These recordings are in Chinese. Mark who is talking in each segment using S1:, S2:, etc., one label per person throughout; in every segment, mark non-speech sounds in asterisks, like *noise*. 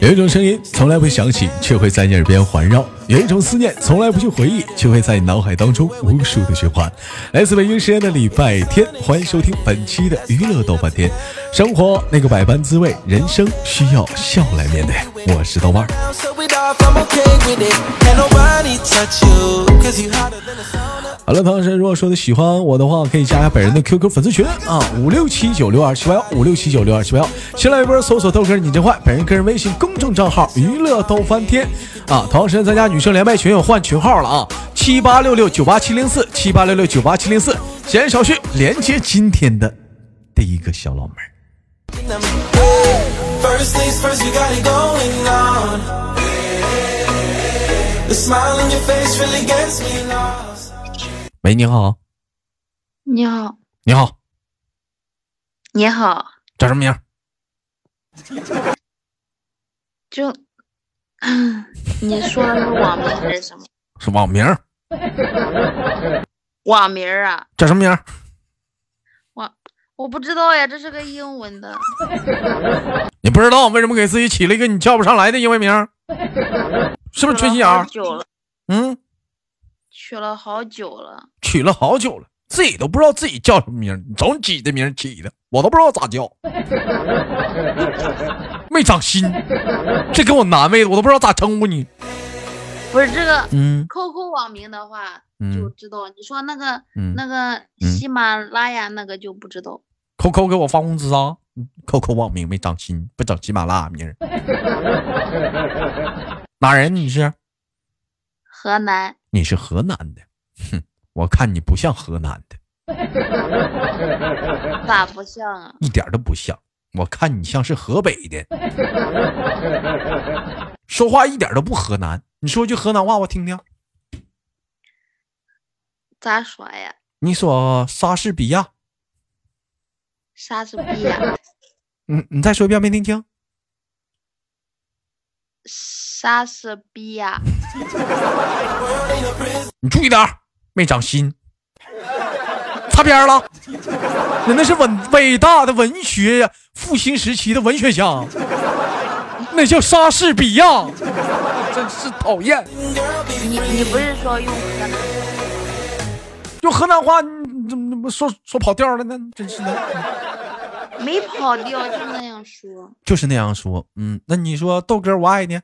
S1: 有一种声音从来不响起，却会在你耳边环绕；有一种思念从来不去回忆，却会在你脑海当中无数的循环。来自北京时间的礼拜天，欢迎收听本期的娱乐豆瓣天。生活那个百般滋味，人生需要笑来面对。我是豆瓣儿。好了，同时如果说的喜欢我的话，可以加一下本人的 QQ 粉丝群啊，五六七九六二七八幺，五六七九六二七八幺。新浪微博搜索豆哥你真坏，本人个人微信公众账号娱乐逗翻天啊。同时参加女生连麦群有换群号了啊，七八六六九八七零四，七八六六九八七零四。闲言少叙，连接今天的第一个小老妹儿。
S2: First things first, you got it going on. The smile on your face really gets me lost.
S1: 喂，你好，
S3: 你好，
S1: 你好，
S3: 你好，
S1: 叫什么名儿？
S3: 就 *clears throat* 你说的网名是什么？
S1: 是网名儿，
S3: 网名儿啊，
S1: 叫什么名儿？
S3: 网我不知道呀，这是个英文的，
S1: 你不知道为什么给自己起了一个你叫不上来的英文名儿？是不是缺心眼
S3: 好
S1: 儿？
S3: 久了，
S1: 嗯，
S3: 取了好久了，
S1: 取了好久了，自己都不知道自己叫什么名儿，你找你自己的名儿起的，我都不知道咋叫，没长心，这给我难为的，我都不知道咋称呼你。
S3: 不是这个
S1: 嗯
S3: QQ 网名的话
S1: 嗯
S3: 就知道，你说那个
S1: 嗯
S3: 那个
S1: 嗯
S3: 喜马拉雅那个就不知道，
S1: 扣扣给我发工资啊！扣扣网名没长心，不整喜马拉雅名儿。哪人你是？
S3: 河
S1: *laughs*
S3: 南
S1: 你是河南的，哼，我看你不像河南的，
S3: 咋不像啊？
S1: 一点儿都不像。我看你像是河北的，说话一点都不河南。你说句河南话我听听。
S3: 咋说呀？
S1: 你说莎士比亚，
S3: 莎士比亚，
S1: 嗯，你再说一遍没听清？
S3: 莎士比亚，
S1: 你注意点儿，没长心，擦边儿了。那那是文伟大的文学呀，复兴时期的文学家，那叫莎士比亚，真是讨厌。
S3: 你你不是说用河南？
S1: 用河南话，你怎么怎么说说跑调了呢？真是的，
S3: 没跑调，就那样说。
S1: *laughs* 就是那样说。嗯，那你说豆哥，我爱你，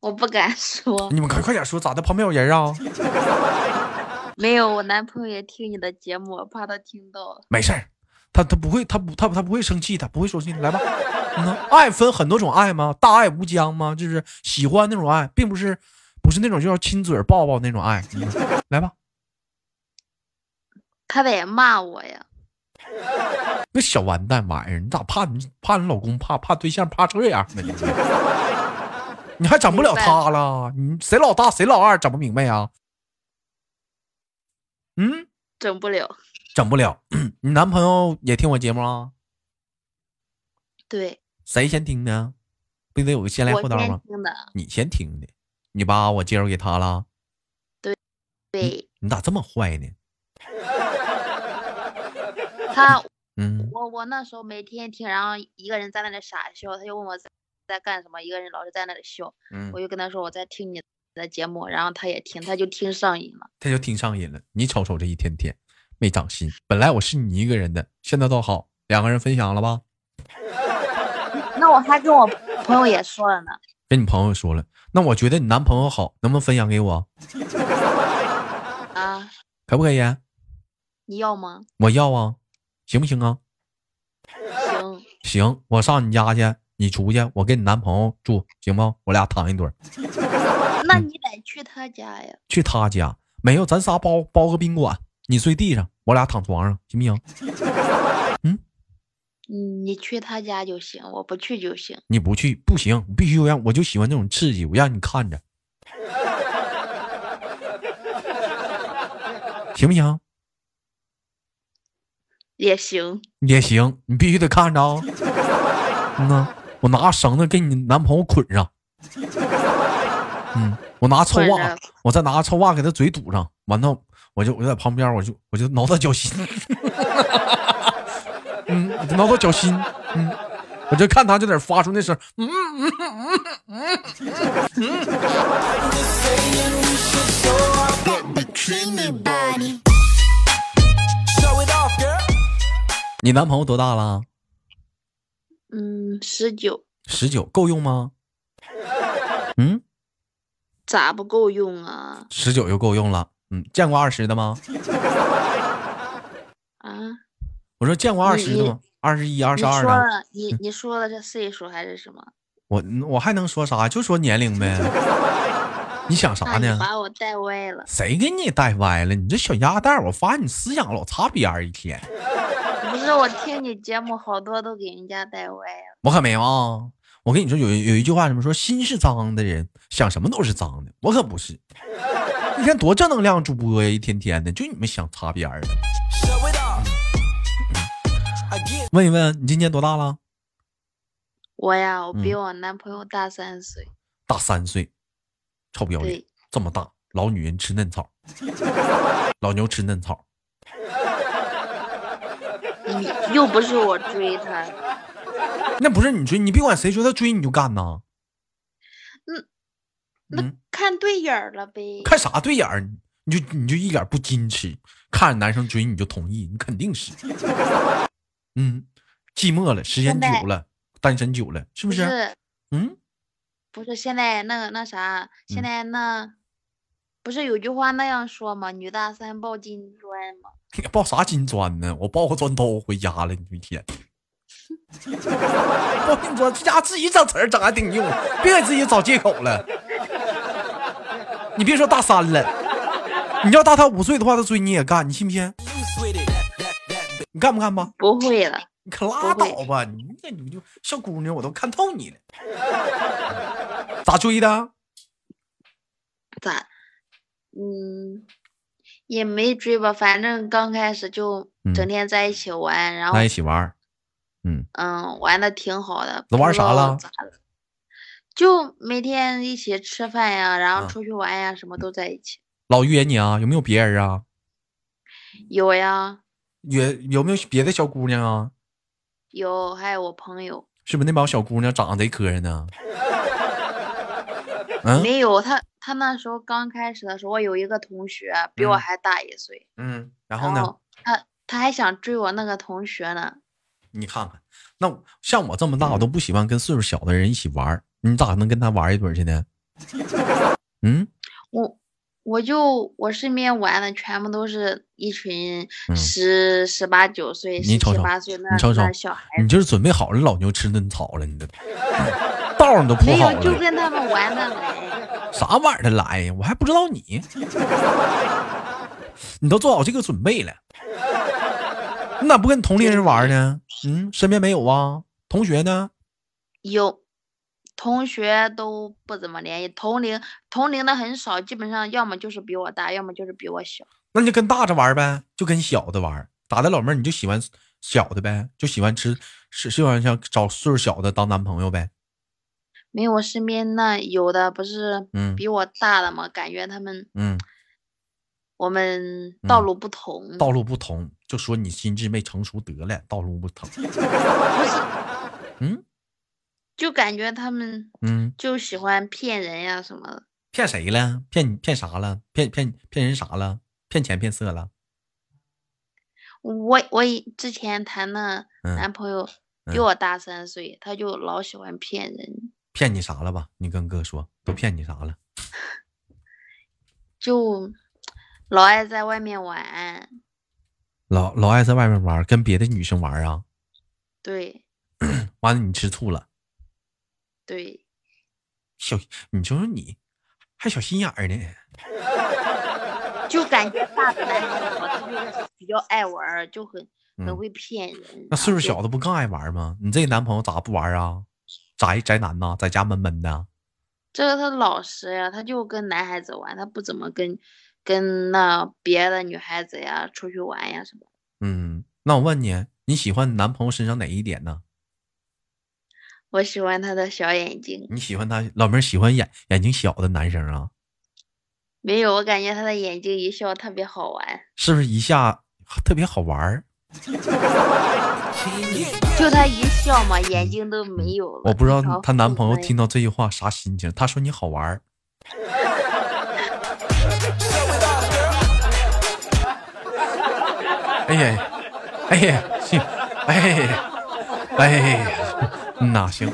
S3: 我不敢说，
S1: 你们快快点说，咋的？旁边有人啊？
S3: 没有，我男朋友也听你的节目，我怕他听到。
S1: 没事儿，他他不会，他不他他不会生气，他不会说气。来吧，嗯呐，爱分很多种爱吗？大爱无疆吗？就是喜欢那种爱，并不是不是那种就要亲嘴儿抱抱那种爱。 *laughs* 嗯呐来吧，
S3: 他得骂我呀，
S1: 那小完蛋玩意儿，你咋怕你怕你老公怕怕对象怕这样呢？你 *laughs* 你还整不了他了？你谁老大谁老二整不明白呀？嗯，
S3: 整不了。
S1: 整不了。 *clears throat* 你男朋友也听我节目啊？
S3: 对，
S1: 谁先听的？不得有个先来
S3: 我
S1: 后到吗嗯
S3: 先？听的。
S1: 你先听的，你把我介绍给他了，
S3: 对
S1: 你咋这么坏呢？
S3: 他，
S1: 嗯，
S3: 我我那时候每天听，然后一个人在那里傻笑，他就问我在在干什么，一个人老是在那里笑，
S1: 嗯
S3: 我就跟他说我在听你的节目，然后他也听，他就听上瘾了。
S1: 他就听上瘾了。你瞅瞅这一天天没长心，本来我是你一个人的，现在倒好，两个人分享了吧？
S3: 那我还跟我朋友也说了呢，
S1: 跟你朋友说了，那我觉得你男朋友好，能不能分享给我？
S3: 啊，
S1: 可不可以？
S3: 你要吗？
S1: 我要啊，行不行啊？
S3: 行，
S1: 行，我上你家去，你出去，我跟你男朋友住，行吗？我俩躺一堆儿，
S3: 那
S1: 嗯
S3: 你得去他家呀。
S1: 去他家没有？咱仨包包个宾馆，你睡地上，我俩躺床上，行不行？
S3: 嗯，你去他家就行，我不去就行。
S1: 你不去不行，必须让我就喜欢这种刺激，我让你看着，行不行？
S3: 也行，
S1: 也行，你必须得看着啊、嗯呐，我拿绳子给你男朋友捆上，嗯，我拿臭
S3: 捆
S1: 袜
S3: 上，
S1: 我再拿臭袜给他嘴堵上，完了我就我就在旁边，我就我就挠他脚心，他妈给我绞心。嗯，我就看他就在那发出那声，嗯嗯嗯嗯嗯。你男朋友多大了？
S3: 嗯，十九
S1: 十九够用吗？嗯，
S3: 咋不够用啊？
S1: 十九就够用了。嗯，见过二十的吗？
S3: 啊，
S1: 我说见过二十的吗？二十一、二
S3: 你
S1: 十二嗯
S3: 说啊
S1: 的，
S3: 了，你你说了这岁数还是什么？
S1: 我我还能说啥？就说年龄呗。你想啥
S3: 那你
S1: 呢？
S3: 把我带歪了。
S1: 谁给你带歪了？你这小鸭蛋儿，我发现你思想老擦边儿一天。
S3: 不是，我听你节目好多都给人家带歪了。
S1: 我可没有啊！我跟你说，有有一句话什么说心是脏的人想什么都是脏的，我可不是。你看多正能量主播呀，一天天的，就你们想擦边儿的。问一问你今年多大了？
S3: 我呀，我比
S1: 嗯
S3: 我男朋友大三岁。
S1: 大三岁，臭不要脸
S3: 对，
S1: 这么大，老女人吃嫩草，老牛吃嫩草。
S3: 你又不是我追他，
S1: 那不是你追，你别管谁追，他追你就干呐。
S3: 嗯，那
S1: 嗯，
S3: 看对眼儿了呗。
S1: 看啥对眼儿，你就你就一点不矜持，看着男生追你就同意，你肯定是。嗯，寂寞了，时间
S3: 现在
S1: 久了，单身久了，是不
S3: 不
S1: 是？
S3: 是
S1: 嗯，
S3: 不是，现在那个那啥，
S1: 嗯
S3: 现在那、不是有句话那样说吗？女大三抱金砖吗？
S1: 你抱啥金砖呢？啊我抱个砖头回家了，你一天。抱金砖，这家自己整词儿整还顶用，别给自己找借口了。你别说大三了，你要大他五岁的话，他追你也干，你信不信？你干不干吧？
S3: 不会了，
S1: 你可拉
S3: 不会
S1: 倒吧！你这你就小姑娘，我都看透你了。咋追的？
S3: 咋？嗯，也没追吧，反正刚开始就整
S1: 嗯
S3: 天在一起玩，然后
S1: 在一起玩儿。嗯，
S3: 嗯，玩的挺好的。
S1: 那
S3: 不
S1: 玩
S3: 知
S1: 啥
S3: 道
S1: 了
S3: 咋了？就每天一起吃饭呀，然
S1: 啊
S3: 后出去玩呀，什么都在一起。
S1: 老约你啊？有没有别人啊？
S3: 有呀，
S1: 约有没有别的小姑娘啊？
S3: 有，还有我朋友。
S1: 是不是那帮小姑娘长得贼磕碜
S3: *laughs*
S1: 呢？嗯
S3: 没有，他他那时候刚开始的时候，我有一个同学比我
S1: 嗯
S3: 还大一岁，
S1: 嗯，然后
S3: 然
S1: 呢？
S3: 后他他还想追我那个同学呢，
S1: 你看看，那我像我这么大，我都不喜欢跟岁数小的人一起玩儿，你咋能跟他玩一堆儿去
S3: *laughs*
S1: 呢？嗯，
S3: 我我就我身边玩的全部都是一群
S1: 嗯
S3: 十十八九岁、
S1: 你
S3: 十
S1: 瞅
S3: 七
S1: 瞅
S3: 八岁那
S1: 你瞅
S3: 那
S1: 瞅
S3: 小孩
S1: 你
S3: 子，
S1: 就是准备好了老牛吃嫩草了，你这道儿你都铺
S3: 没
S1: 好
S3: 有
S1: 了。
S3: 就跟他们玩的来，
S1: 啥玩意儿他来呀？我还不知道你，你都做好这个准备了，你咋不跟同龄人玩呢？嗯，身边没有啊？同学呢？
S3: 有。同学都不怎么联系，同龄同龄的很少，基本上要么就是比我大，要么就是比我小。
S1: 那你就跟大着玩呗，就跟小的玩。咋的，老妹儿你就喜欢小的呗，就喜欢吃，是喜欢像找岁数小的当男朋友呗？
S3: 没有，我身边那有的不是
S1: 嗯
S3: 比我大的嘛，感觉他们
S1: 嗯，
S3: 我们道
S1: 嗯
S3: 路不同，
S1: 道路不同，就说你心智没成熟得了，道路不同。嗯
S3: 就感觉他们
S1: 嗯，
S3: 就喜欢骗人呀什么的。
S1: 骗谁了？骗你骗啥了？骗骗骗人啥了？骗钱骗色了？
S3: 我我以之前谈的
S1: 嗯
S3: 男朋友比
S1: 嗯
S3: 我大三岁，他就老喜欢骗人，
S1: 骗你啥了吧？你跟哥说，都骗你啥了？
S3: 就老爱在外面玩。
S1: 老老爱在外面玩，跟别的女生玩啊？
S3: 对
S1: 完了，你吃醋了，
S3: 对，
S1: 小，你瞅瞅你，还小心眼儿呢。
S3: 就感觉大的男孩子嘛，他就是比较爱玩儿，就很
S1: 嗯
S3: 很会骗人。
S1: 那岁数
S3: 就
S1: 小的不更爱玩吗？你这男朋友咋不玩啊？宅宅男呐，在家闷闷的。
S3: 这个他老实呀，他就跟男孩子玩，他不怎么跟跟那别的女孩子呀出去玩呀什么。
S1: 嗯，那我问你，你喜欢你男朋友身上哪一点呢？
S3: 我喜欢他的小眼睛，
S1: 你喜欢他老妹儿喜欢眼眼睛小的男生啊？
S3: 没有，我感觉他的眼睛一笑特别好玩。
S1: 是不是一下特别好玩儿？ *laughs*
S3: 就她一笑嘛，眼睛都没有了。
S1: 我不知道
S3: 然后
S1: 她男朋友
S3: 哎
S1: 听到这句话啥心情。她说你好玩儿，哎呀，哎呀，行，哎呀，哎呀，嗯呐，行。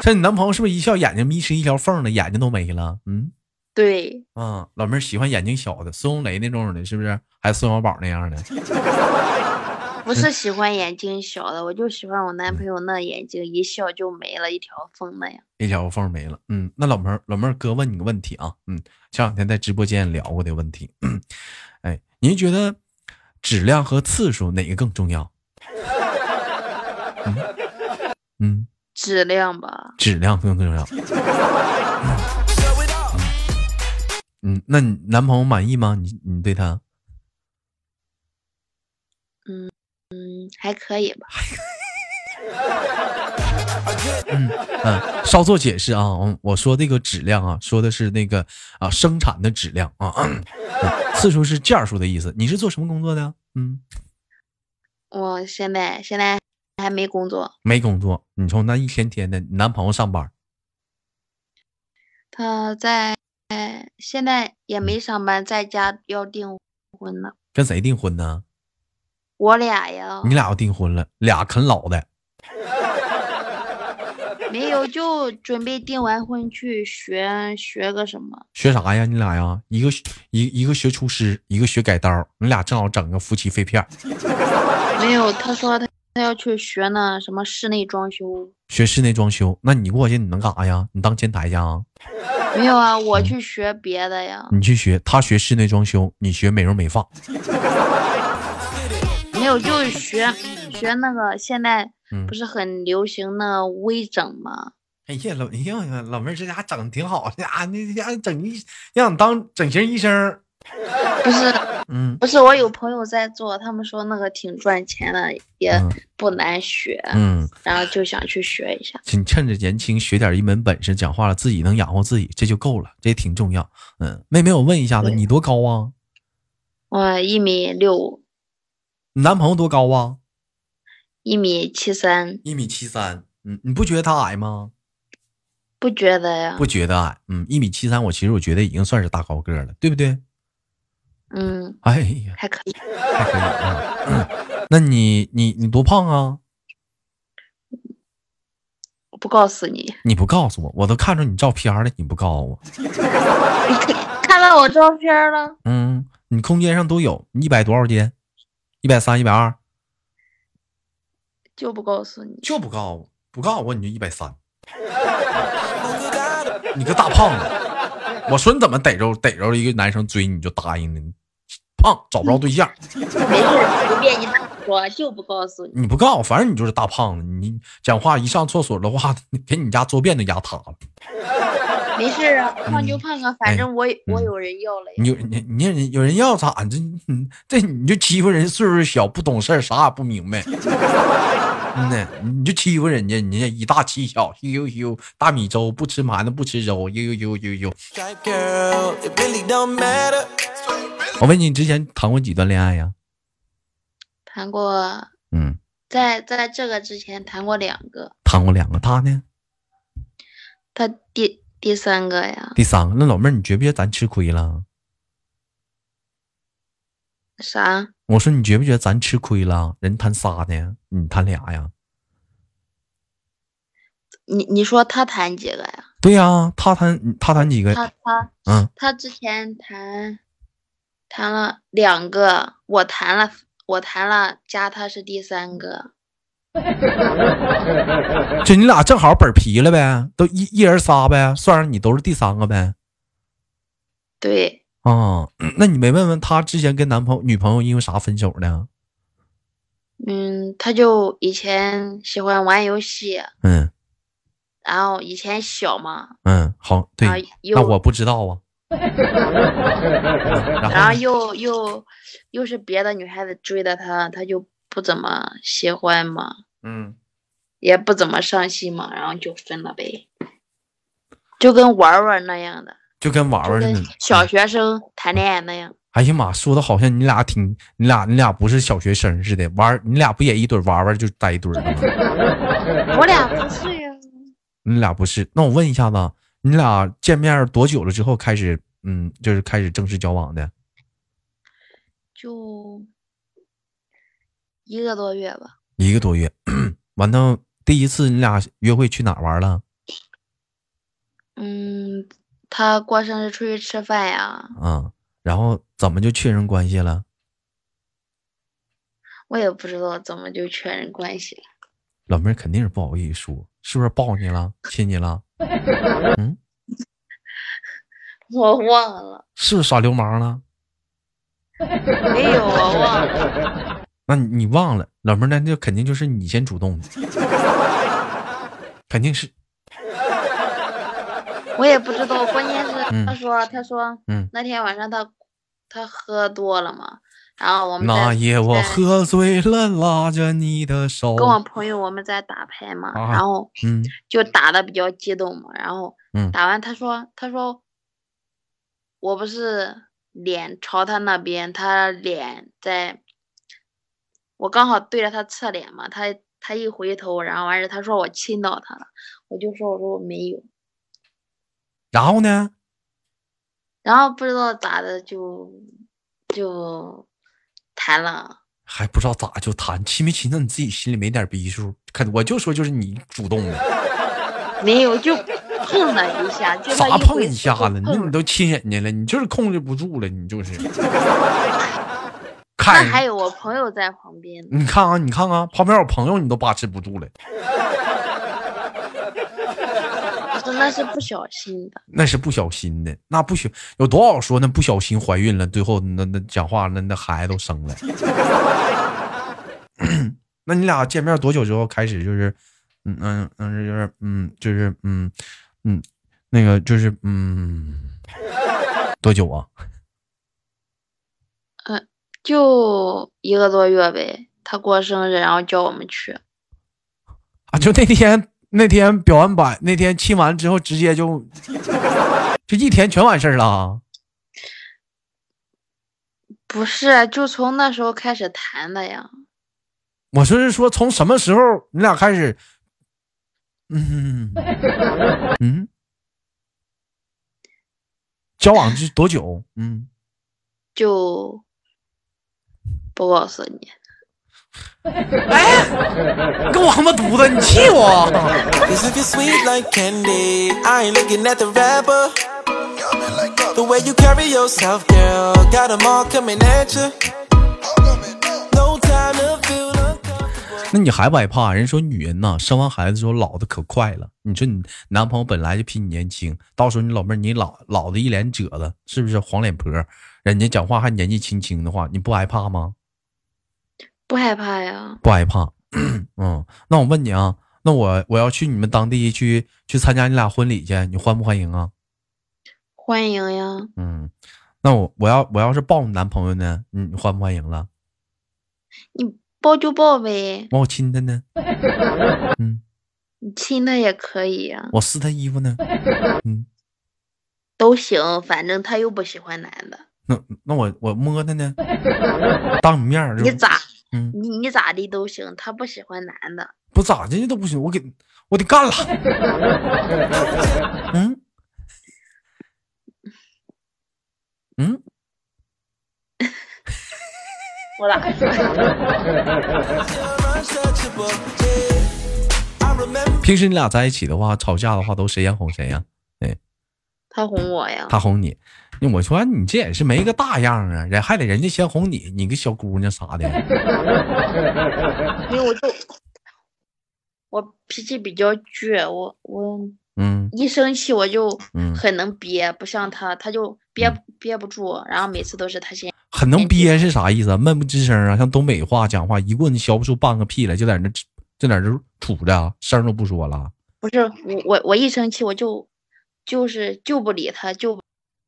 S1: 这你男朋友是不是一笑眼睛迷失一条缝了，眼睛都没了？嗯 *laughs*
S3: 对，
S1: 啊，老妹儿喜欢眼睛小的，孙红雷那种的，是不是？还是孙小宝那样的？
S3: 不是喜欢眼睛小的，我就喜欢我男朋友那眼睛一笑就没了一条缝那样。
S1: 一条缝没了。嗯，那老妹儿，老妹儿哥问你个问题啊，嗯，前两天在直播间聊过的问题， *clears throat* 哎，您觉得质量和次数哪个更重要？嗯嗯，
S3: 质量吧，
S1: 质量更重要。嗯，那你男朋友满意吗？你你对他
S3: 嗯，还可以吧。
S1: 嗯，稍作解释啊，嗯我说这个质量啊，说的是那个啊生产的质量啊，嗯次数是件数的意思。你是做什么工作的啊？嗯，
S3: 我现在现在还没工作，
S1: 没工作。你瞅那一天天的，你男朋友上班，
S3: 他在现在也没上班，在家要订婚呢。
S1: 跟谁订婚呢？
S3: 我俩呀，
S1: 你俩要订婚了，俩啃老的。
S3: 没有就准备订完婚去学学个什么。
S1: 学啥呀？你俩呀，一个学一一个学厨师，一个学改刀，你俩正好整个夫妻肺片儿，
S3: 没有，他说他他要去学那什么室内装修。
S1: 学室内装修。那你过去你能干啥呀？你当前台去啊？
S3: 没有啊，我去学别的呀。
S1: 你去学，他学室内装修，你学美容美发。
S3: 没有，就是学学那个现在
S1: 嗯
S3: 不是很流行那微整吗？
S1: 哎呀，老哎呀，老妹儿这家整挺好，这家那家整医让你当整形医生，
S3: 不是
S1: 嗯
S3: 不是，我有朋友在做，他们说那个挺赚钱的，也
S1: 嗯
S3: 不难学，
S1: 嗯，
S3: 然后就想去学一下。
S1: 请趁着年轻学点一门本事，讲话了自己能养活自己，这就够了，这也挺重要。嗯，妹妹，我问一下子，
S3: 对
S1: 你多高啊？
S3: 我一米六五，
S1: 你男朋友多高啊？
S3: 一米七三，
S1: 一米七三。嗯，你不觉得他矮吗？
S3: 不觉得呀？
S1: 不觉得矮。嗯，一米七三，我其实我觉得已经算是大高个了，对不对？
S3: 嗯，
S1: 哎呀，
S3: 还可以。
S1: 太可以了。嗯那你你你多胖啊？
S3: 我不告诉你，
S1: 你不告诉我，我都看着你照片了，你不告诉我。
S3: 你看看到我照片了？
S1: 嗯，你空间上都有，你一百多少斤？一百三、一百二，
S3: 就不告诉你。
S1: 就不告我，不告我你就一百三，你个大胖 *laughs* 子！我说你怎么逮着逮着一个男生追你就答应了？你胖找不着对象，
S3: 没事，随便你怎么说，就不告诉你。
S1: 你不告，反正你就是大胖子。你讲话一上厕所的话，给你家桌垫都压塌了。
S3: 没事啊，胖就胖啊，
S1: 哎
S3: 反正我也、我
S1: 嗯
S3: 有人要了呀。
S1: 你有你你让人有人要咋？这你这你就欺负人岁数小，不懂事儿，啥也不明白。嗯呢，你就欺负人家，人家以大欺小，呦呦呦，大米粥不吃馒头不吃粥，呦呦呦呦呦。
S2: Strike girl, it really don't matter.
S1: 我问你，你之前谈过几段恋爱呀？
S3: 谈过，
S1: 嗯，
S3: 在在这个之前谈过两个，
S1: 谈过两个，他呢？
S3: 他第第三个呀，
S1: 第三个。那老妹儿，你觉不觉得咱吃亏了？
S3: 啥？
S1: 我说你觉不觉得咱吃亏了？人谈仨呢，你谈俩呀？
S3: 你你说他谈几个呀？
S1: 对呀、他谈他谈几个？
S3: 他他
S1: 嗯，
S3: 他之前谈谈了两个，我谈了我谈了，加他是第三个，
S1: 就你俩正好本儿皮了呗，都一一人仨呗，算上你都是第三个呗。
S3: 对，
S1: 啊、那你没问问他之前跟男朋友、女朋友因为啥分手呢？
S3: 嗯，他就以前喜欢玩游戏，
S1: 嗯
S3: 然后以前小嘛，
S1: 嗯，好，对，
S3: 啊又
S1: 那我不知
S3: *laughs*
S1: 道啊。嗯然后
S3: 然后
S1: 呢
S3: 又又又是别的女孩子追的他，他就不怎么喜欢嘛，
S1: 嗯，
S3: 也不怎么上心嘛，然后就分了呗，就跟玩玩那样的，
S1: 就跟玩
S3: 就
S1: 玩似嗯
S3: 跟
S1: 的。
S3: 小学生谈恋爱那样。
S1: 哎呀妈，说的好像你俩挺，你俩你俩不是小学生似的，玩儿你俩不也一堆儿玩玩就待一堆儿吗？
S3: 我俩不是呀，
S1: 你俩不是？那我问一下子，你俩见面多久了之后开始，嗯，就是开始正式交往的？
S3: 就一个多月吧，
S1: 一个多月。 *clears throat* 完了，第一次你俩约会去哪儿玩了？
S3: 嗯，他过生日出去吃饭呀，
S1: 啊、然后怎么就确认关系了？
S3: 我也不知道怎么就确认关系了，
S1: 老妹儿肯定是不好意思说，是不是抱你了，亲你了？ *laughs* 嗯，
S3: 我忘了，
S1: 是不是耍流氓了？
S3: 没有我忘了，
S1: 那你你忘了，老妹儿，那就肯定就是你先主动的，肯定是，
S3: *laughs* 我也不知道，关键是他
S1: 嗯
S3: 说他说
S1: 嗯。
S3: 那天晚上他他喝多了嘛，然后我们
S1: 那
S3: 在
S1: 夜我
S3: 在
S1: 喝醉了，拉着你的手。
S3: 跟我朋友我们在打牌嘛，
S1: 啊
S3: 然后
S1: 嗯
S3: 就打的比较激动嘛，然后
S1: 嗯
S3: 打完他说他说我不是脸朝他那边，他脸在，我刚好对着他侧脸嘛，他他一回头，然后完事他说我亲到他了，我就说我说我没有，
S1: 然后呢？
S3: 然后不知道咋的就就谈了，
S1: 还不知道咋就谈，亲没亲那你自己心里没点逼数？看我就说就是你主动的，
S3: 没有就碰了一下，就他
S1: 啥
S3: 一
S1: 碰
S3: 回
S1: 一
S3: 头
S1: 下
S3: 就
S1: 子？那
S3: 碰
S1: 你
S3: 了
S1: 都亲人家了，你就是控制不住了，你
S3: *laughs*
S1: 就是。
S3: 那
S1: 看
S3: 还
S1: 人，
S3: 有我朋友在旁边呢。
S1: 你看啊，你看啊，旁边有朋友你都把持不住了，
S3: 真的是不小心的，
S1: 那是不小心的，那不小有多少说那不小心怀孕了，最后那那讲话那那孩子都生
S3: *laughs*
S1: 了。那你俩见面多久之后开始就是，嗯嗯嗯就是嗯就是嗯嗯那个就是嗯多久啊？
S3: 就一个多月呗。他过生日，然后叫我们去，
S1: 啊，就那天那天表完白，那天亲完之后直接就就一天全完事儿了啊。
S3: 不是，啊就从那时候开始谈的呀。
S1: 我说是说从什么时候你俩开始？嗯嗯，交往是多久？嗯，
S3: 就不告诉你，
S1: 你哎跟我他妈犊子，你气我！
S2: Cause if you're sweet like candy, I ain't looking at the rapper. The way you carry yourself, girl, got 'em all coming at you. No time to feel uncomfortable.
S1: 那你害不害怕？人说女人呐，生完孩子之后老的可快了。你说你男朋友本来就比你年轻，到时候你老妹儿你老老的一脸褶子，是不是黄脸婆？人家讲话还年纪轻轻的话，你不害怕吗？
S3: 不害怕呀。
S1: 不害怕。 *clears throat* 嗯，那我问你啊，那我我要去你们当地去去参加你俩婚礼去，你欢不欢迎啊？
S3: 欢迎呀，
S1: 嗯，那我我要我要是抱你男朋友呢，你你欢不欢迎了？
S3: 你抱就抱呗，
S1: 完我亲他呢？嗯，
S3: 你亲他也可以呀，
S1: 我撕他衣服呢？嗯，
S3: 都行。反正他又不喜欢男的，
S1: 那那我我摸他呢？当你面儿就
S3: 你咋
S1: 嗯
S3: 你你咋的都行，他不喜欢男的，
S1: 不咋的都不行，我给我得干了。嗯嗯，
S3: 我咋说？
S2: You're untouchable, yeah. I remember
S1: 平时你俩在一起的话，吵架的话都谁先哄谁呀、
S3: 他哄我呀，
S1: 他哄你，那我说哎你这也是没个大样啊，人还得人家先哄你，你个小姑娘啥的，
S3: 因为我就我脾气比较倔，我我
S1: 嗯
S3: 一生气我就
S1: 嗯，
S3: 很能憋，不像他，他就憋不憋不住，然后每次都是他先。
S1: 很能憋是啥意思啊？闷不吱声啊，像东北话讲话，一棍子削不出半个屁来，就在那就在那杵着，声都不说了。
S3: 不是我我我一生气我就就是就不理他，就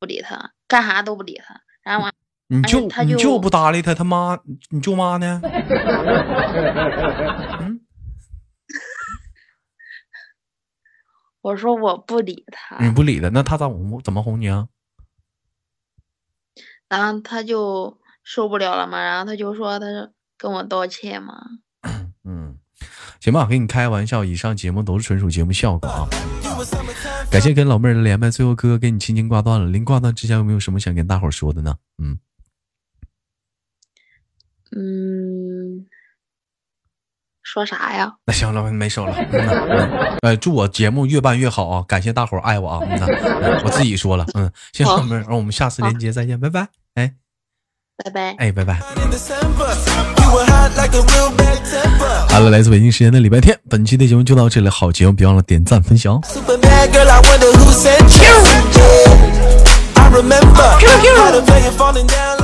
S3: 不理他，干啥都不理他。然后完
S1: 你
S3: 哎
S1: 就
S3: 他
S1: 你就
S3: 就
S1: 不搭理他，他妈你舅妈呢？嗯，
S3: 我说
S1: 嗯
S3: 我不理他，
S1: 你不理他，那他咋哄怎么哄你啊？
S3: 然后他就受不了了嘛，然后他就说他说跟我道歉嘛，
S1: 嗯，行吧，给你开玩笑，以上节目都是纯属节目效果啊。感谢跟老妹儿的连麦，最后哥哥给你轻轻挂断了。临挂断之前有没有什么想跟大伙儿说的呢？嗯
S3: 嗯，说啥呀？
S1: 那行了，没手了。嗯呐嗯，呃，祝我节目越办越好啊！感谢大伙儿爱我啊！嗯呐，嗯我自己说了，嗯，谢谢
S3: 好
S1: 老妹儿，然后我们下次连接再见，拜拜。哎
S3: 拜拜。
S1: 哎，拜拜。
S2: in December. You were hot like a real bad temper.
S1: 好了，来自北京时间的礼拜天，本期的节目就到这里，好节目别忘了点赞分享哦。
S2: Super bad girl, I wonder who sent you. I remember how to play it falling down.